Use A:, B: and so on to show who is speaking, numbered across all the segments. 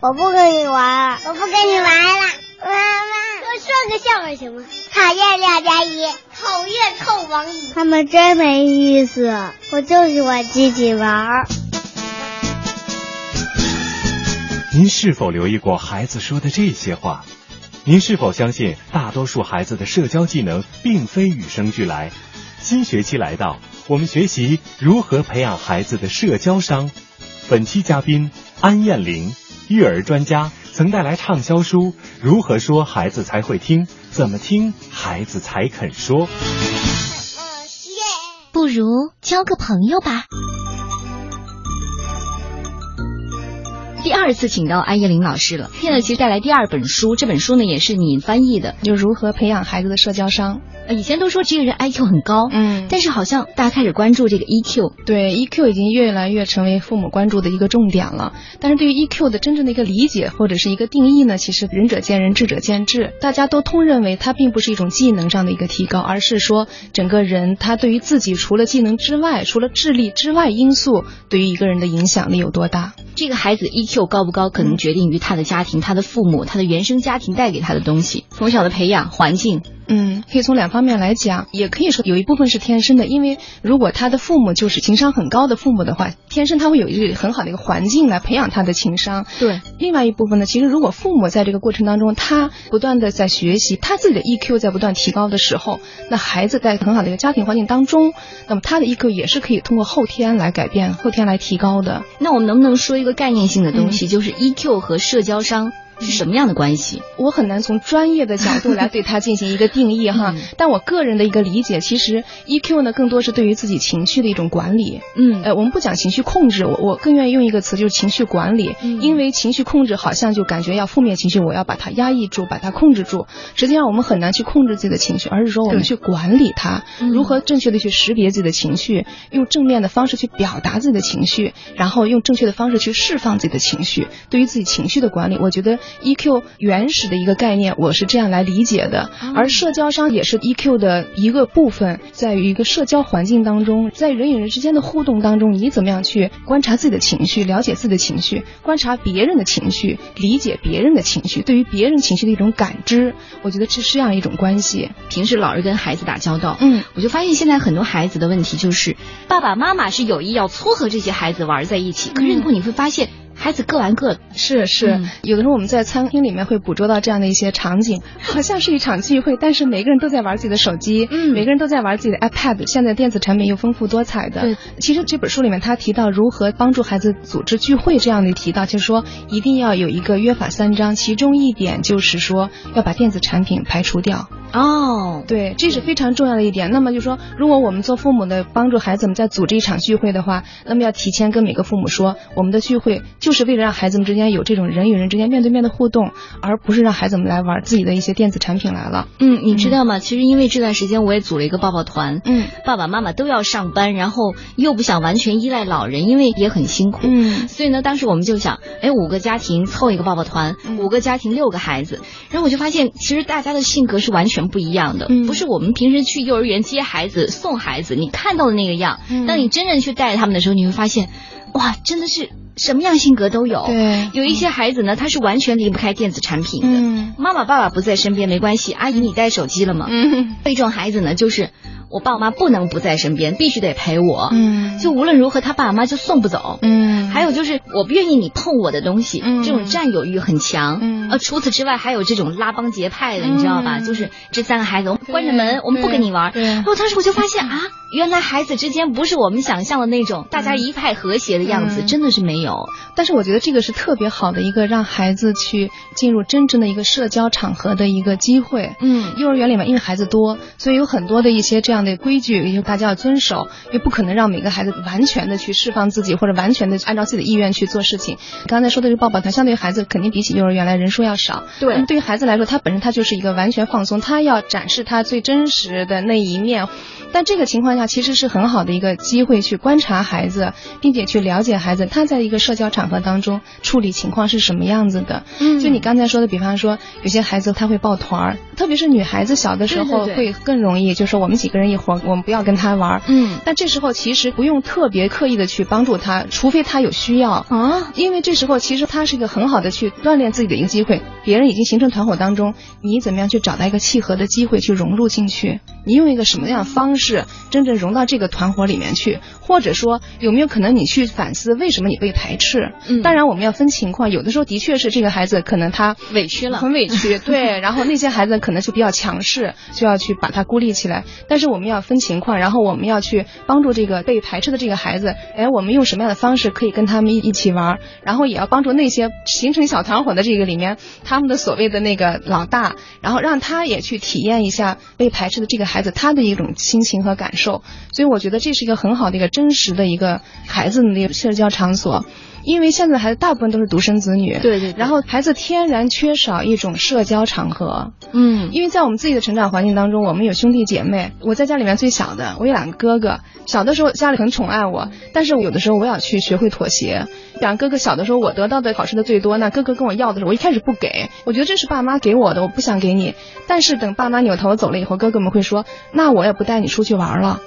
A: 我不跟你玩了，
B: 我不跟你玩了，妈妈。
C: 多说个笑话行吗？
B: 讨厌廖佳怡，
C: 讨厌臭王姨。
A: 他们真没意思，我就喜欢自己玩。
D: 您是否留意过孩子说的这些话？您是否相信大多数孩子的社交技能并非与生俱来？新学期来到，我们学习如何培养孩子的社交商。本期嘉宾安燕玲，育儿专家，曾带来畅销书《如何说孩子才会听，怎么听孩子才肯说》。
C: 哦
E: 不如交个朋友吧。第二次请到安叶玲老师了，现在其实带来第二本书，这本书呢也是你翻译的，
F: 就如何培养孩子的社交商。
E: 呃以前都说这个人 IQ 很高，
F: 嗯
E: 但是好像大家开始关注这个 E EQ，
F: 对 EQ 已经越来越成为父母关注的一个重点了。但是对于 EQ 的真正的一个理解或者是一个定义呢，其实仁者见仁，智者见智。大家都通认为它并不是一种技能上的一个提高，而是说整个人他对于自己除了技能之外，除了智力之外因素对于一个人的影响力有多大。
E: 这个孩子 EQ 高不高，可能决定于他的家庭、他的父母、他的原生家庭带给他的东西，从小的培养环境。
F: 嗯，可以从两方面来讲，也可以说有一部分是天生的，因为如果他的父母就是情商很高的父母的话，天生他会有一个很好的一个环境来培养他的情商。
E: 对，
F: 另外一部分呢，其实如果父母在这个过程当中，他不断的在学习，他自己的 EQ 在不断提高的时候，那孩子在很好的一个家庭环境当中，那么他的 EQ 也是可以通过后天来改变，后天来提高的。
E: 那我们能不能说一个概念性的东
F: 嗯
E: 西，就是 EQ 和社交商是什么样的关系？
F: 我很难从专业的角度来对它进行一个定义
E: 嗯
F: 哈，但我个人的一个理解，其实 EQ 呢更多是对于自己情绪的一种管理。
E: 嗯，
F: 呃，我们不讲情绪控制，我我更愿意用一个词，就是情绪管理。
E: 嗯
F: 因为情绪控制好像就感觉要负面情绪，我要把它压抑住，把它控制住。实际上我们很难去控制自己的情绪，而是说我们
E: 对
F: 去管理它，
E: 嗯
F: 如何正确的去识别自己的情绪，用正面的方式去表达自己的情绪，然后用正确的方式去释放自己的情绪。对于自己情绪的管理，我觉得 EQ 原始的一个概念，我是这样来理解的。而社交商也是 EQ 的一个部分，在于一个社交环境当中，在人与人之间的互动当中，你怎么样去观察自己的情绪，了解自己的情绪，观察别人的情绪，理解别人的情绪，对于别人情绪的一种感知，我觉得这是这样一种关系。
E: 平时老是跟孩子打交道，
F: 嗯，
E: 我就发现现在很多孩子的问题就是，爸爸妈妈是有意要撮合这些孩子玩在一
F: 嗯
E: 起，可是你会你会发现孩子各玩各的。
F: 是是，
E: 嗯
F: 有的时候我们在餐厅里面会捕捉到这样的一些场景，好像是一场聚会，但是每个人都在玩自己的手机，
E: 嗯
F: 每个人都在玩自己的 iPad。现在电子产品又丰富多彩的，
E: 对，
F: 其实这本书里面他提到如何帮助孩子组织聚会这样的提到，就是说一定要有一个约法三章，其中一点就是说要把电子产品排除掉。
E: 哦，
F: 对，这是非常重要的一点。那么就说，如果我们做父母的帮助孩子们在组织一场聚会的话，那么要提前跟每个父母说，我们的聚会就是为了让孩子们之间有这种人与人之间面对面的互动，而不是让孩子们来玩自己的一些电子产品来了。
E: 嗯，你知道吗？其实因为这段时间我也组了一个抱抱团，
F: 嗯
E: 爸爸妈妈都要上班，然后又不想完全依赖老人，因为也很辛苦。
F: 嗯
E: 所以呢，当时我们就想，哎，五个家庭凑一个抱抱团，
F: 嗯
E: 五个家庭六个孩子。然后我就发现，其实大家的性格是完全不一样的，
F: 嗯
E: 不是我们平时去幼儿园接孩子、送孩子你看到的那个样。
F: 嗯
E: 当你真正去带他们的时候，你会发现，哇，真的是什么样性格都有。
F: 对
E: 有一些孩子呢，他是完全离不开电子产品的。
F: 嗯
E: 妈妈、爸爸不在身边没关系，阿姨你带手机了吗？
F: 嗯
E: 被这种孩子呢，就是我爸妈不能不在身边，必须得陪我。
F: 嗯
E: 就无论如何，他爸妈就送不走。
F: 嗯
E: 还有就是，我不愿意你碰我的东西，
F: 嗯
E: 这种占有欲很强。
F: 嗯
E: 呃，除此之外，还有这种拉帮结派的，你知道吧？
F: 嗯
E: 就是这三个孩子，我们
F: 对
E: 关着门，我们不跟你玩。
F: 对
E: 然后当时我就发现啊，原来孩子之间不是我们想象的那种大家一派和谐的样子，
F: 嗯
E: 真的是没有。
F: 但是我觉得这个是特别好的一个让孩子去进入真正的一个社交场合的一个机会。
E: 嗯，
F: 幼儿园里面因为孩子多，所以有很多的一些这样的规矩，也就大家要遵守，也不可能让每个孩子完全的去释放自己，或者完全的按照自己的意愿去做事情。刚才说的这个抱抱团，相对于孩子肯定比起幼儿园来人数要少。
E: 对
F: 那么对于孩子来说，他本身他就是一个完全放松，他要展示他最真实的那一面。但这个情况下，话，其实是很好的一个机会去观察孩子，并且去了解孩子他在一个社交场合当中处理情况是什么样子的。
E: 嗯
F: 就你刚才说的，比方说有些孩子他会抱团儿，特别是女孩子小的时候
E: 对对
F: 会更容易，就说我们几个人一伙儿，我们不要跟他玩儿。
E: 嗯
F: 但这时候其实不用特别刻意的去帮助他，除非他有需要。
E: 啊，
F: 因为这时候其实他是一个很好的去锻炼自己的一个机会。别人已经形成团伙当中，你怎么样去找到一个契合的机会去融入进去？你用一个什么样的方式真正融到这个团伙里面去？或者说有没有可能你去反思为什么你被排斥？
E: 嗯
F: 当然我们要分情况，有的时候的确是这个孩子可能他
E: 委屈了
F: 很委 屈，对。然后那些孩子可能就比较强势，就要去把他孤立起来。但是我们要分情况，然后我们要去帮助这个被排斥的这个孩子。哎，我们用什么样的方式可以跟他们一一起玩儿？然后也要帮助那些形成小团伙的这个里面，他们的所谓的那个老大，然后让他也去体验一下被排斥的这个孩子他的一种心情和感受。所以我觉得这是一个很好的一个真实的一个孩子的一个社交场所。因为现在的孩子大部分都是独生子女，
E: 对对对
F: 然后孩子天然缺少一种社交场合，
E: 嗯
F: 因为在我们自己的成长环境当中，我们有兄弟姐妹，我在家里面最小的，我有两个哥哥。小的时候家里很宠爱我，但是有的时候我要去学会妥协。两个哥哥小的时候我得到的考试的最多，那哥哥跟我要的时候，我一开始不给，我觉得这是爸妈给我的，我不想给你。但是等爸妈扭头走了以后，哥哥们会说，那我也不带你出去玩了。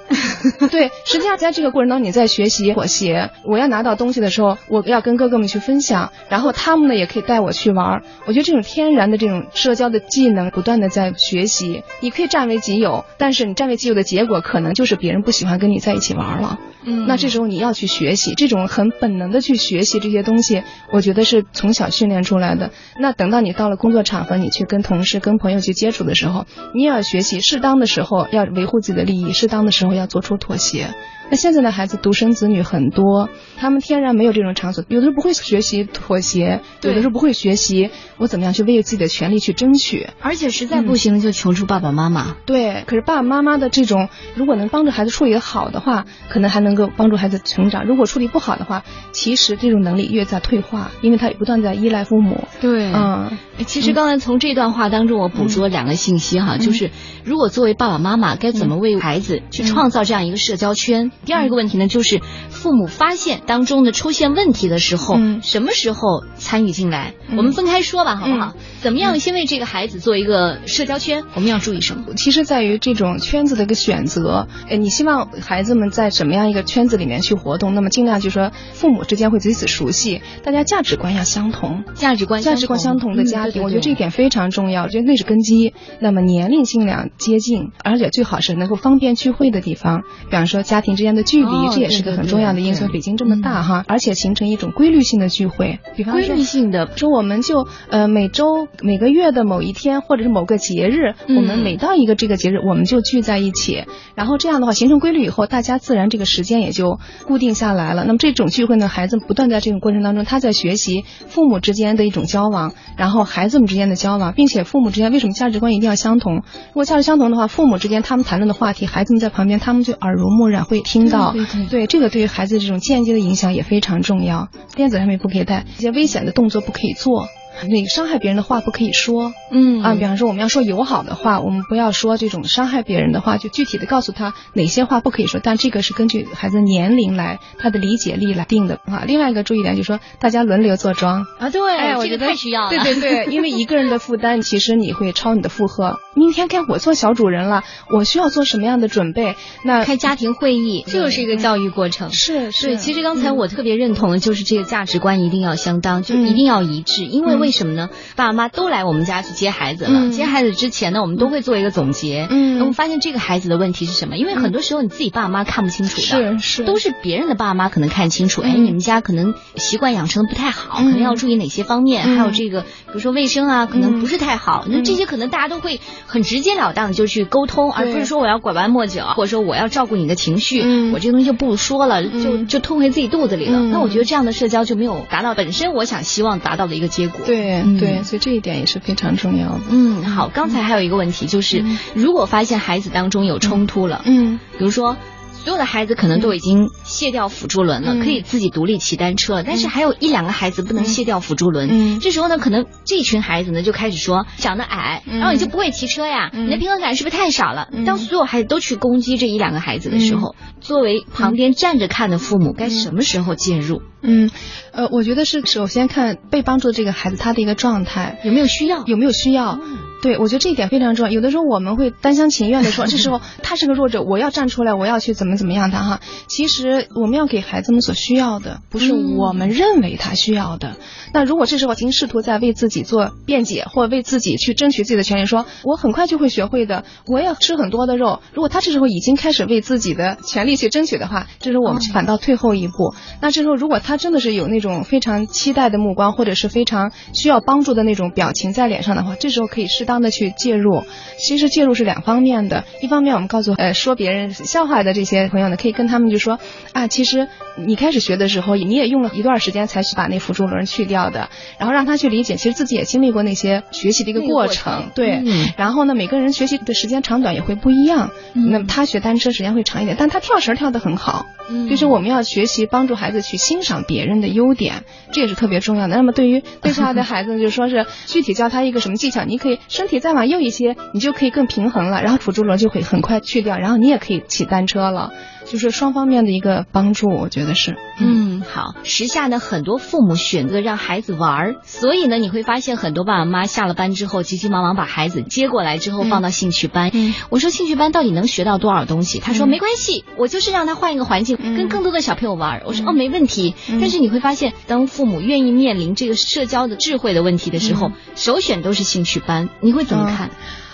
F: 对，实际上在这个过程当中，你在学习妥协。我要拿到东西的时候，我要跟哥哥们去分享，然后他们呢也可以带我去玩儿。我觉得这种天然的这种社交的技能，不断的在学习。你可以占为己有，但是你占为己有的结果，可能就是别人不喜欢跟你在一起玩儿了。
E: 嗯
F: 那这时候你要去学习，这种很本能的去学习这些东西，我觉得是从小训练出来的。那等到你到了工作场合，你去跟同事、跟朋友去接触的时候，你也要学习，适当的时候要维护自己的利益，适当的时候要做出妥协。那现在的孩子独生子女很多，他们天然没有这种场所，有的时候不会学习妥协，有的时候不会学习我怎么样去为自己的权利去争取。
E: 而且实在不行就求助爸爸妈妈。
F: 对，可是爸爸妈妈的这种，如果能帮助孩子处理得好的话，可能还能够帮助孩子成长；如果处理不好的话，其实这种能力越在退化，因为他不断在依赖父母。
E: 对
F: 嗯，
E: 其实刚才从这段话当中，我捕捉两个信息
F: 嗯
E: 哈，就是如果作为爸爸妈妈，该怎么为孩子去
F: 嗯
E: 创造这样一个社交圈？第二个问题呢，就是父母发现当中的出现问题的时候，
F: 嗯
E: 什么时候参与进来？
F: 嗯
E: 我们分开说吧，好不好？怎么样先为这个孩子做一个社交圈？我们要注意什么？
F: 其实在于这种圈子的一个选择。哎，你希望孩子们在什么样一个圈子里面去活动？那么尽量就说父母之间会彼此熟悉，大家价值观要相同。
E: 价值观
F: 价值观相同的
E: 嗯
F: 家庭，
E: 对对
F: 我觉得这
E: 对
F: 一点非常重要，我觉得那是根基。那么年龄尽量接近，而且最好是能够方便聚会的地方，比方说家庭之间的距离，
E: 哦
F: 这也是个
E: 对对
F: 很
E: 对
F: 重要的因素。
E: 对嗯
F: 北京这么大哈，而且形成一种规律性的聚会，比方
E: 规
F: 说
E: 律。性的
F: 说我们就呃每周每个月的某一天或者是某个节日，
E: 嗯
F: 我们每到一个这个节日，我们就聚在一起，然后这样的话形成规律以后，大家自然这个时间也就固定下来了。那么这种聚会呢，孩子不断在这种过程当中，他在学习父母之间的一种交往，然后孩子们之间的交往，并且父母之间为什么价值观一定要相同？如果价值相同的话，父母之间他们谈论的话题，孩子们在旁边他们就耳濡目染，会听到。
E: 对对对
F: 这个对于孩子这种间接的影响也非常重要。电子产品不可以带，一些危险的动作不可以做。那个伤害别人的话不可以说，
E: 嗯
F: 啊，比方说我们要说友好的话，我们不要说这种伤害别人的话，就具体的告诉他哪些话不可以说。但这个是根据孩子年龄来他的理解力来定的啊。另外一个注意点就是说，大家轮流坐庄。
E: 啊，对，
F: 哎，我
E: 这
F: 觉
E: 个
F: 得
E: 太需要了。
F: 对对对，因为一个人的负担，其实你会超你的负荷。明天该我做小主人了，我需要做什么样的准备？那
E: 开家庭会议，
F: 嗯
E: 这又是一个教育过程。
F: 是是，啊
E: 对，
F: 嗯
E: 其实刚才我特别认同的就是这个价值观一定要相当，就一定要一致。因为为什么呢？爸爸妈妈都来我们家去接孩子了，
F: 嗯
E: 接孩子之前呢，我们都会做一个总结，
F: 嗯
E: 我们发现这个孩子的问题是什么？因为很多时候你自己爸爸妈妈看不清楚的。
F: 是是
E: 都是别人的爸妈可能看清楚，哎，
F: 嗯
E: 你们家可能习惯养成的不太好，
F: 嗯
E: 可能要注意哪些方面，
F: 嗯
E: 还有这个，比如说卫生啊，可能
F: 嗯
E: 不是太好。那、
F: 嗯
E: 这些可能大家都会很直截了当的就去沟通，而
F: 对
E: 不是说我要拐弯抹角，或者说我要照顾你的情绪，
F: 嗯
E: 我这个东西就不说了，就
F: 嗯
E: 就吞回自己肚子里了。
F: 嗯
E: 那我觉得这样的社交就没有达到本身我想希望达到的一个结果。。
F: 对
E: 嗯
F: 对，所以这一点也是非常重要的。
E: 嗯，好，刚才还有一个问题就是，
F: 嗯
E: 如果发现孩子当中有冲突了，
F: 嗯
E: 比如说。所有的孩子可能都已经卸掉辅助轮了，
F: 嗯
E: 可以自己独立骑单车了，但是还有一两个孩子不能卸掉辅助轮。
F: 嗯
E: 这时候呢，可能这群孩子呢就开始说长得矮，
F: 嗯
E: 然后你就不会骑车呀，
F: 嗯
E: 你的平衡感是不是太少了？
F: 嗯
E: 当所有孩子都去攻击这一两个孩子的时候，作为旁边站着看的父母，该什么时候介入？
F: 嗯，呃，我觉得是首先看被帮助的这个孩子他的一个状态，
E: 有没有需要？
F: 有没有需要。对，我觉得这一点非常重要。有的时候我们会单相情愿的说，这时候他是个弱者，我要站出来，我要去怎么怎么样他哈。其实我们要给孩子们所需要的，不是
E: 嗯
F: 我们认为他需要的。那如果这时候已经试图在为自己做辩解，或为自己去争取自己的权利，说我很快就会学会的，我要吃很多的肉。如果他这时候已经开始为自己的权利去争取的话，这时候我们反倒退后一步。那这时候，如果他真的是有那种非常期待的目光，或者是非常需要帮助的那种表情在脸上的话，这时候可以适当的去介入。其实介入是两方面的，一方面我们告诉呃说别人笑话的这些朋友呢，可以跟他们就说啊，其实你开始学的时候，你也用了一段时间才去把那辅助轮去掉的，然后让他去理解，其实自己也经历过那些学习的一个
E: 那个
F: 过
E: 过
F: 程，对。
E: 嗯
F: 然后呢，每个人学习的时间长短也会不一样。
E: 嗯
F: 那么他学单车时间会长一点，但他跳绳儿跳得很好。
E: 嗯
F: 就是我们要学习帮助孩子去欣赏别人的优点，这也是特别重要的。那么对于对下的孩子呢，就说是具体教他一个什么技巧，你可以身体再往右一些，你就可以更平衡了，然后辅助轮就会很快去掉，然后你也可以骑单车了，就是双方面的一个帮助，我觉得是。
E: 嗯，好。时下呢，很多父母选择让孩子玩儿，所以呢，你会发现很多爸爸妈妈下了班之后，急急忙忙把孩子接过来之后
F: 嗯
E: 放到兴趣班。
F: 嗯
E: 我说兴趣班到底能学到多少东西？他说、
F: 嗯
E: 没关系，我就是让他换一个环境，
F: 嗯
E: 跟更多的小朋友玩儿。我说、
F: 嗯
E: 哦，没问题。
F: 嗯
E: 但是你会发现，当父母愿意面临这个社交的智慧的问题的时候，
F: 嗯
E: 首选都是兴趣班。你会怎么看？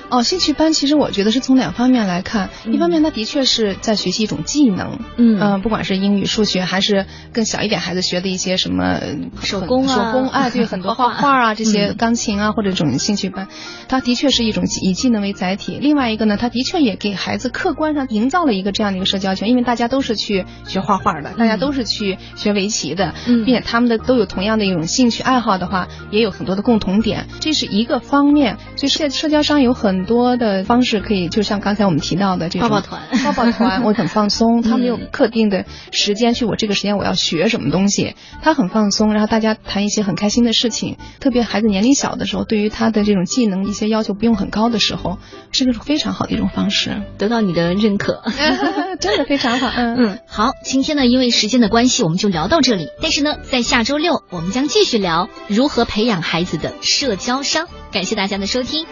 F: 哦，兴趣班其实我觉得是从两方面来看，
E: 嗯
F: 一方面他的确是在学习一种技能，
E: 嗯
F: 呃不管是英语、数学，还是更小一点孩子学的一些什么呃
E: 手工啊
F: 手工啊，对，很多画画啊这些
E: 嗯
F: 钢琴啊或者这种兴趣班，它的确是一种以技能为载体。另外一个呢，它的确也给孩子客观上营造了一个这样的一个社交圈，因为大家都是去学画画的，大家都是去学围棋的，
E: 嗯
F: 并且他们的都有同样的一种兴趣爱好的话，也有很多的共同点，这是一个方面。所以社社交上有很多的方式可以，就像刚才我们提到的这种
E: 抱抱团
F: 抱抱团，我很放松，他没有
E: 嗯
F: 特定的时间去，我这个时间我要学什么东西，他很放松，然后大家谈一些很开心的事情。特别孩子年龄小的时候，对于他的这种技能一些要求不用很高的时候，是个非常好的一种方 式，
E: 得到你的认可。
F: 真的非常好。嗯
E: 嗯，好，今天呢，因为时间的关系，我们就聊到这里。但是呢，在下周六，我们将继续聊如何培养孩子的社交商。感谢大家的收听。